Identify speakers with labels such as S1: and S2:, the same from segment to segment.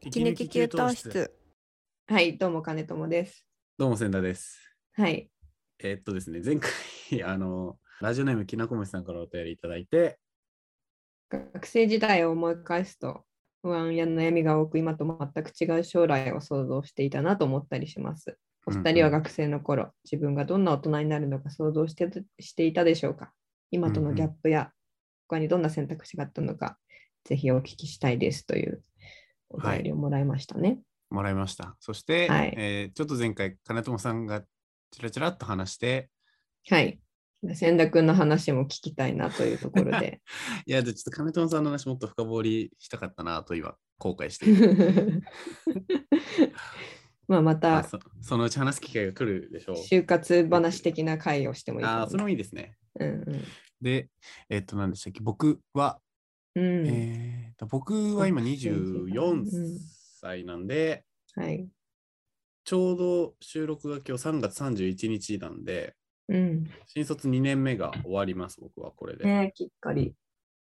S1: 息抜き給湯室。
S2: はい、どうも金友です。
S3: どうも千田です。
S2: はい、
S3: えーっとですね、前回 あのラジオネームきなこもちさんからお便りいただいて、
S2: 学生時代を思い返すと不安や悩みが多く今と全く違う将来を想像していたなと思ったりします。お二人は学生の頃、自分がどんな大人になるのか想像してしていたでしょうか今とのギャップや、他にどんな選択肢があったのか、ぜひお聞きしたいですというお便りをもらいましたね。
S3: もらいました。そして、
S2: はい
S3: えーちょっと前回、金友さんがちらちらっと話して、
S2: はい。千田君の話も聞きたいなというところで。
S3: いや、じゃあちょっと金友さんの話もっと深掘りしたかったなと今、後悔している。
S2: まあまた
S3: あそそのうち話す機会が来るでしょう。
S2: 就活話的な会をしてもいい
S3: ああ、
S2: か
S3: それもいいですね。
S2: うん
S3: で、えーっと、何でしたっけ僕は、
S2: うん。うん。
S3: えーっと僕は今24
S2: うん
S3: 歳なんで、
S2: はい。
S3: ちょうど収録が今日3月31日なんで、
S2: うん。
S3: 新卒2年目が終わります、僕はこれで。
S2: ねえ、きっかり。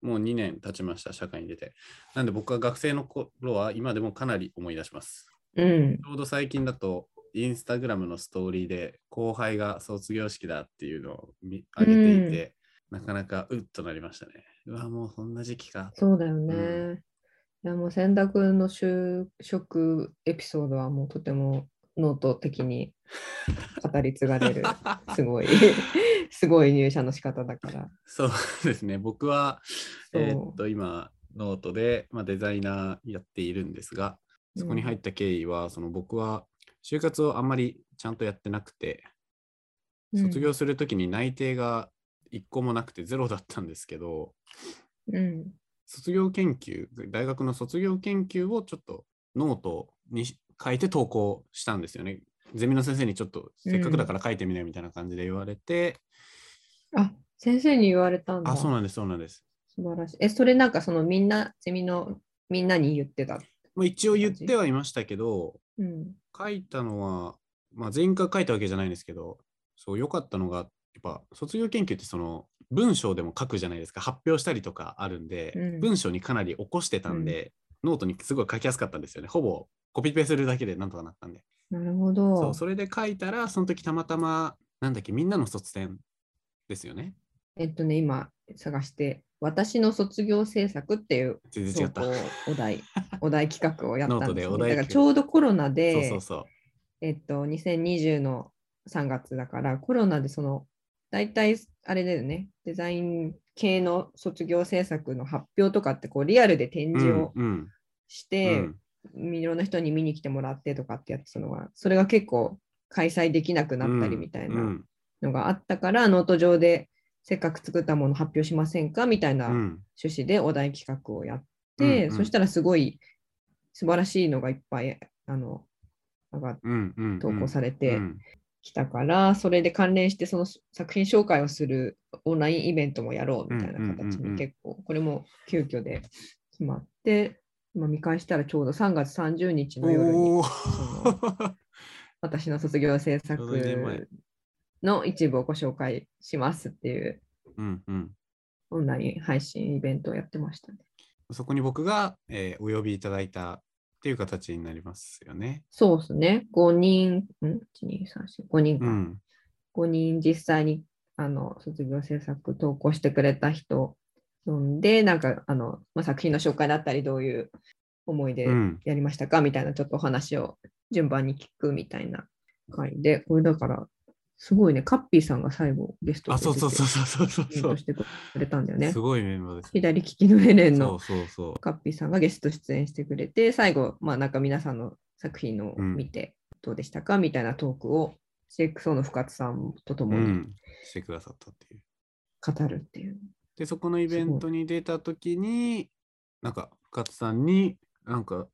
S3: もう2年経ちました、社会に出て。なんで僕は学生の頃は今でもかなり思い出します。
S2: うん
S3: ち。ょうど最近だと、インスタグラムのストーリーで後輩が卒業式だっていうのを見上げていて、なかなかうっとなりましたね。うわ、もうそんな時期か。
S2: そうだよね。
S3: う
S2: いやもう千田君の就職エピソードはもうとてもノート的に語り継が れるすごいすごい入社の仕方だから
S3: そうですね、僕は、
S2: そう
S3: えーっと、今、ノートで、まあ、デザイナーやっているんですが、そこに入った経緯は、その僕は就活をあんまりちゃんとやってなくて、卒業するときに内定が1個もなくてゼロだったんですけど、
S2: うん
S3: 卒業研究、大学の卒業研究をちょっとノートに書いて投稿したんですよね。ゼミの先生にちょっとせっかくだから書いてみないみたいな感じで言われて、
S2: あ先生に言われたんだ
S3: あ、そうなんです、そうなんです。
S2: 素晴らしいえそれなんかそのみんなゼミのみんなに言ってた
S3: まあ、一応言ってはいましたけど、
S2: うん
S3: 書いたのは、まあ、全員から書いたわけじゃないんですけど、そう、良かったのが、やっぱ、卒業研究ってその、文章でも書くじゃないですか、発表したりとかあるんで、
S2: うん
S3: 文章にかなり起こしてたんで、ノートにすごい書きやすかったんですよね。ほぼコピペするだけでなんとかなったんで。
S2: なるほど
S3: そう、それで書いたら、その時たまたま、なんだっけ、みんなの卒展ですよね。
S2: えっとね、今探して、私の卒業制作っていう
S3: 全然違った。
S2: 投
S3: そう
S2: 稿お題、 お題企画をやったんです、ね、
S3: ノートでお題企画
S2: だからちょうどコロナで、
S3: そうそう。
S2: えっと、2020の3月だから、コロナでその、大体あれだよね、デザイン系の卒業制作の発表とかってこう、リアルで展示を
S3: うんうん
S2: して、
S3: うん
S2: いろんな人に見に来てもらってとかってやってたのが、それが結構開催できなくなったりみたいな。
S3: うん
S2: のがあったから、ノート上でせっかく作ったもの発表しませんかみたいな
S3: うんうん
S2: 趣旨でお題企画をやって、
S3: うんうん
S2: そしたらすごい素晴らしいのがいっぱいあの上がっ
S3: うんうんうん
S2: 投稿されて
S3: うん
S2: きたから、それで関連してその作品紹介をするオンラインイベントもやろうみたいな形
S3: うんうんうんうん
S2: に結構、これも急遽で決まって、まあ、見返したらちょうど3月30日の夜に
S3: お
S2: その
S3: ー
S2: 私の卒業制
S3: ちょうど一年前
S2: 作の一部をご紹介しますっていう
S3: うんうん
S2: オンライン配信イベントをやってましたね。
S3: そこに僕が、えーお呼びいただいたっていう形になりますよね。
S2: そうですね。5人、ん ?1、2、3、4、5人か。
S3: うん。
S2: 5人実際にあの卒業制作投稿してくれた人呼んで、なんかあの、まあ、作品の紹介だったり、どういう思いで
S3: うん。
S2: やりましたか、みたいなちょっとお話を順番に聞くみたいな回で、これだから、すごいね、カッピーさんが最後ゲスト
S3: あ、そうそうそうそうそう
S2: ゲス
S3: そう
S2: ト。してくれたんだよね
S3: す。ごいメンバーです。
S2: 左利きのエレンの
S3: そうそうそ
S2: カッピーさんがゲスト出演してくれて、最後、まあなんか皆さんの作品を
S3: うん
S2: 見て、どうでしたかみたいなトークを、CXO の深津さんとと
S3: う。う
S2: もに
S3: ん。してくださったっていう。
S2: 語るっていう。
S3: で、そこのイベントに出た時に、なんか、深津さんに、なんか、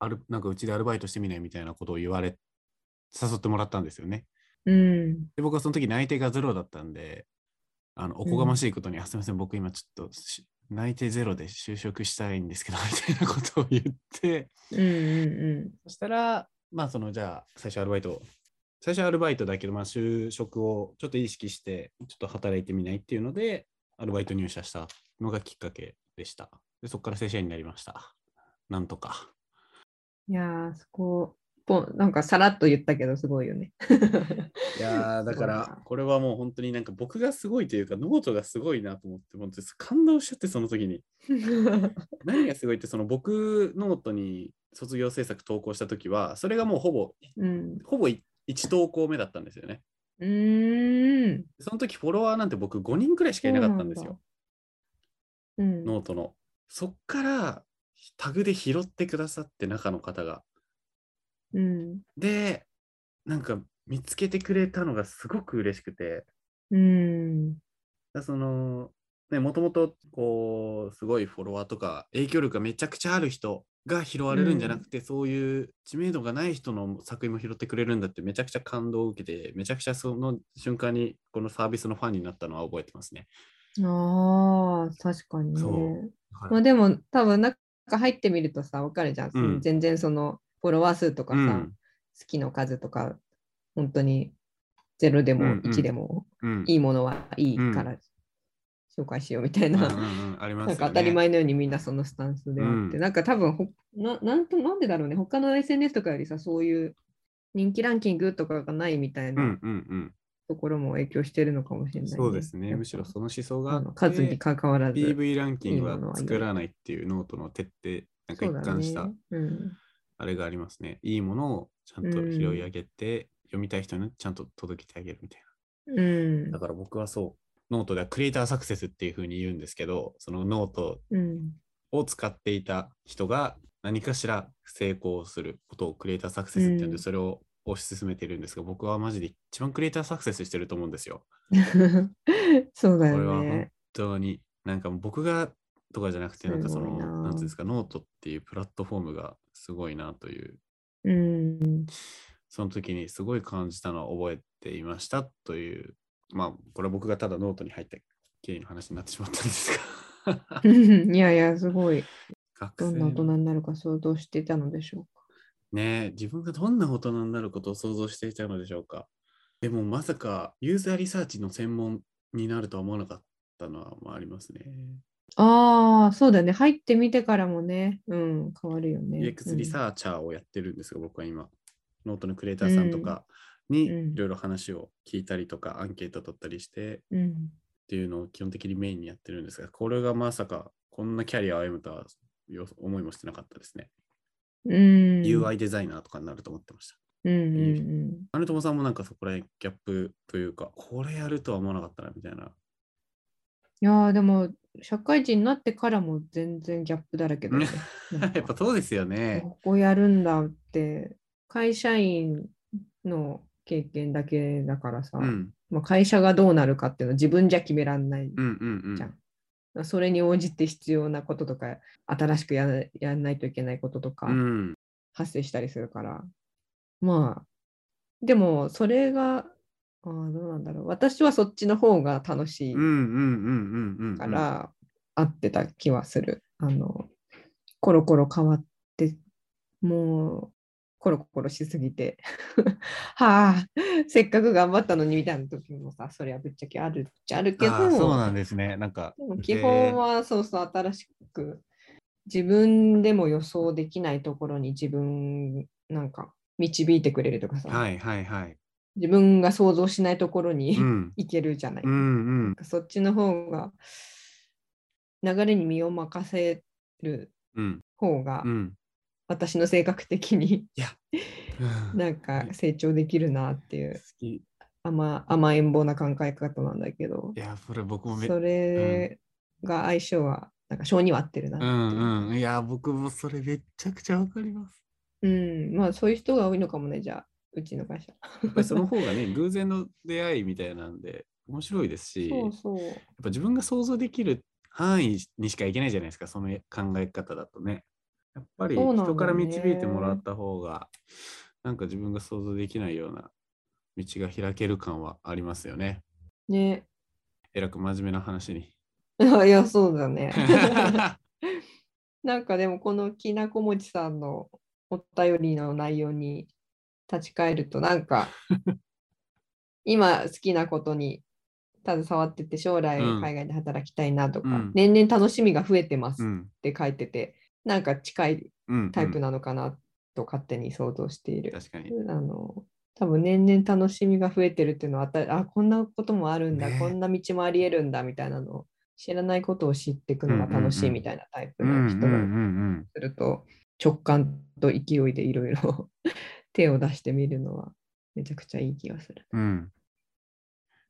S3: あるなんかうちでアルバイトしてみないみたいなことを言われ、誘ってもらったんですよね。
S2: うん。
S3: で、僕はその時内定がゼロだったんで、あのおこがましいことに、あすみません、僕今ちょっとし内定ゼロで就職したいんですけど、 みたいなことを言って、
S2: うんう
S3: そしたら、まあそのじゃあ最初アルバイト、最初アルバイトだけど、まあ就職をちょっと意識して、ちょっと働いてみないっていうので、アルバイト入社したのがきっかけでした。で、そこから正社員になりました。なんとか。
S2: いやー、そこ、ポンなんかさらっと言ったけど、すごいよね。
S3: い やーだか
S2: そう
S3: ら
S2: か
S3: これはもう本当になんか僕がすごいというかノートがすごいなと思って本当に感動しちゃってその時に何がすごいってその僕ノートに卒業制作投稿した時はそれがもうほぼ
S2: うん。
S3: ほぼ1投稿目だったんですよね
S2: うーん。
S3: その時フォロワーなんて僕5人くらいしかいなかったんですよ
S2: そうなんだ。
S3: ノートのそっからタグで拾ってくださって中の方が
S2: うん。うん。
S3: でなんか見つけてくれたのがすごく嬉しくて
S2: うん。
S3: だそのねもともとこうすごいフォロワーとか影響力がめちゃくちゃある人が拾われるんじゃなくて、そういう知名度がない人の作品も拾ってくれるんだってめちゃくちゃ感動を受けてめちゃくちゃその瞬間にこのサービスのファンになったのは覚えてますね。
S2: ああ、確かにね。
S3: そう
S2: まあでも多分中入ってみるとさ、わかるじゃん。
S3: うん
S2: 全然そのフォロワー数とか
S3: う
S2: さ、
S3: ん
S2: 好きの数とか、本当にゼロで
S3: うん
S2: も
S3: うん
S2: 1でも、
S3: うん
S2: いいものはいいから紹介しようみたい
S3: うんう
S2: な、
S3: んうんありますよ
S2: な
S3: ね
S2: んか当たり前のようにみんなそのスタンスであっ
S3: う
S2: て、
S3: ん
S2: なんか多分ほななんと、なんでだろうね、他の SNS とかよりさ、そういう人気ランキングとかがないみたい
S3: うん
S2: な
S3: うんうん
S2: ところも影響してるのかもしれない、
S3: そうですね。
S2: やっぱ
S3: むしろその思想があ
S2: あ
S3: っ
S2: の数に
S3: て
S2: 関わらず。
S3: PV ランキング
S2: いいもの
S3: は
S2: はいい
S3: 作らないっていうノートの徹底なんか
S2: そ
S3: 一
S2: うだ
S3: 貫
S2: ね
S3: した
S2: うん
S3: あれがありますね。いいものをちゃんと拾い上げて、読みたい人にちゃんと届けてあげるみたい
S2: うん
S3: な。だから僕はそう、ノートではクリエイターサクセスっていう風に言うんですけど、そのノート
S2: うん
S3: を使っていた人が何かしら成功することをクリエイターサクセスって言うん
S2: う
S3: で、
S2: ん
S3: それを推し進めてるんですが、僕はマジで一番クリエイターサクセスしてると思うんですよ。
S2: そうだ
S3: これは
S2: よ
S3: 本
S2: ね。
S3: 当になんか僕がとかじゃなくて、なんかそ
S2: す
S3: の、
S2: ごいな
S3: なんていうんですか、ノートっていうプラットフォームがすごいなという
S2: うん。
S3: その時にすごい感じたのを覚えていましたという、まあ、これ僕がただノートに入った経緯の話になってしまったんですが、
S2: いやいや、すごい。
S3: 学
S2: ど
S3: 生
S2: んな大人
S3: の
S2: になるか想像してたのでしょ
S3: ねえ自分がどんな大人になることを想像していたのでしょうか。でもまさかユーザーリサーチの専門になるとは思わなかったのはまあありますね。
S2: うか。ああ、そうだよね。入ってみてからもね、うん、変わるよね。
S3: UX リサーチャーをやってるんですが、僕は今、ノートのクリエイターさんとかに
S2: うん
S3: いろいろ話を聞いたりとか、アンケート取ったりして、
S2: う
S3: っ
S2: ん。
S3: ていうのを基本的にメインにやってるんですが、これがまさかこんなキャリアを歩むとはよ思いもしてなかったですね。
S2: うん。うん。
S3: UI デザイナーとかになると思ってました。
S2: うんうん
S3: アルトモさんもなんかそこら辺ギャップというか、これやるとは思わなかったなみたいな。
S2: うん。いやーでも、社会人になってからも全然ギャップだらけだよね。なんか
S3: やっぱそうですよね。
S2: ここやるんだって、会社員の経験だけだからさ、
S3: うん。
S2: まあ、会社がどうなるかっていうのは自分じゃ決めらんな
S3: う
S2: い
S3: んうんうん。
S2: じゃん。それに応じて必要なこととか、新しくやらやんないといけないこととか
S3: うん。
S2: 発生したりするから。まあ、でもそれが、あーどうなんだろう。私はそっちの方が楽しい
S3: うんうんうんうんうん。
S2: から、合ってた気はする。あの、コロコロ変わって、もう、コロコロしすぎて、 はあ、せっかく頑張ったのにみたいな時もさ、そりゃぶっちゃけあるっちゃあるけど、
S3: あーそうなんですね。なんか。
S2: でも基本はそうそう新しく自分でも予想できないところに自分なんか導いてくれるとかさ、
S3: ではいはい はい。
S2: 自分が想像しないところに、
S3: うん。
S2: 行けるじゃない、
S3: うんうん
S2: そっちの方が流れに身を任せる
S3: うん
S2: 方が
S3: うん。
S2: 私の性格的に
S3: 好
S2: なんか成長できるなっていう
S3: き。い
S2: 甘甘えん坊な考え方なんだけど
S3: や、それ僕もめ
S2: それが相性はなんか性には合ってるなって
S3: う
S2: いう。
S3: んうん。いや、僕もそれめっちゃくちゃわかります。
S2: うん、まあそういう人が多いのかもね、じゃあ、うちの会社。
S3: やっぱりその方がね、偶然の出会いみたいなんで、面白いですし、やっ
S2: そうそう。
S3: ぱ自分が想像できる範囲にしかいけないじゃないですか、その考え方だとね。やっぱり
S2: そうなんだよね
S3: 人から導いてもらった方が、なんか自分が想像できないような道が開ける感はありますよね。
S2: ね。
S3: えらく真面目な話に。
S2: いや、そうだね。なんかでも、このきなこもちさんのお便りの内容に立ち返ると、な んか、今好きなことに携わってて、将来
S3: うん
S2: 海外で働きたいなとか、
S3: うん
S2: 年々楽しみが増えてます
S3: う
S2: っ
S3: ん。
S2: て書いてて、なんか近い
S3: うん。
S2: タイプ
S3: な。
S2: なのかなと勝手に想像している。
S3: 確かに。
S2: あの多分年々楽しみが増えてるっていうのはあたあこんなこともあるんだ、
S3: ね
S2: こんな道もありえるんだみたいなのを知らないことを知っていくのが楽しいみたいなタイプ
S3: うんう
S2: の
S3: ん
S2: 人
S3: うんう
S2: が
S3: ん。
S2: すると直感と勢いでいろいろ 手を出してみるのはめちゃくちゃいい気がする。
S3: うん。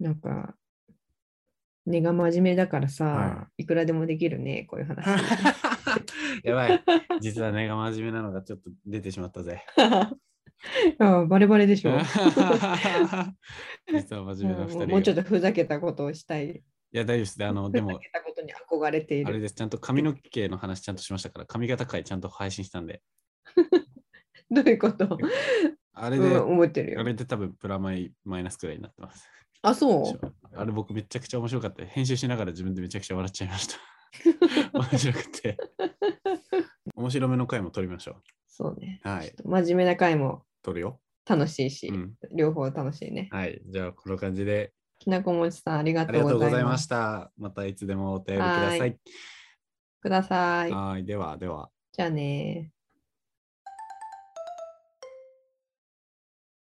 S2: なんか根が真面目だからさ、、
S3: はい
S2: くらでもできるねこういう 話。
S3: やば い。実は根が真面目なのがちょっと出てしまったぜ。
S2: あバレバレでしょ。
S3: 実は 真面目な
S2: もう
S3: 2
S2: もう
S3: 人
S2: ちょっ
S3: が。い
S2: とふざけたことをしたい。
S3: や、大丈夫です。あ の、で
S2: ふ ざ
S3: も、
S2: けたことに憧れてい
S3: あれ
S2: る。
S3: です。ちゃんと髪の毛の話ちゃんとしましたから、髪型会ちゃんと配信したんで。
S2: どういうこと
S3: あ
S2: う
S3: れで、
S2: ん、思ってる
S3: あ
S2: よ。
S3: れで多分プラマイマイナスくらいになってます。
S2: あ、そう。
S3: あれ僕めちゃくちゃ面白かった。編集しながら自分でめちゃくちゃ笑っちゃいま した。面白くて。面白めの回も撮りましょう。
S2: そうね。
S3: はい
S2: ちょっと真面目な回も
S3: 撮るよ。
S2: 楽しいし、
S3: うん。
S2: 両方楽しいね。
S3: はい。じゃあこの感じで
S2: きなこもちさん、ありが
S3: あ
S2: と
S3: りがと
S2: う
S3: う
S2: ご
S3: ご
S2: ざ
S3: ざ
S2: い
S3: い
S2: ま
S3: ま
S2: し。
S3: したた。またいつでもお便りくださ。
S2: はいください。
S3: はい。ではでは。
S2: じゃあねー。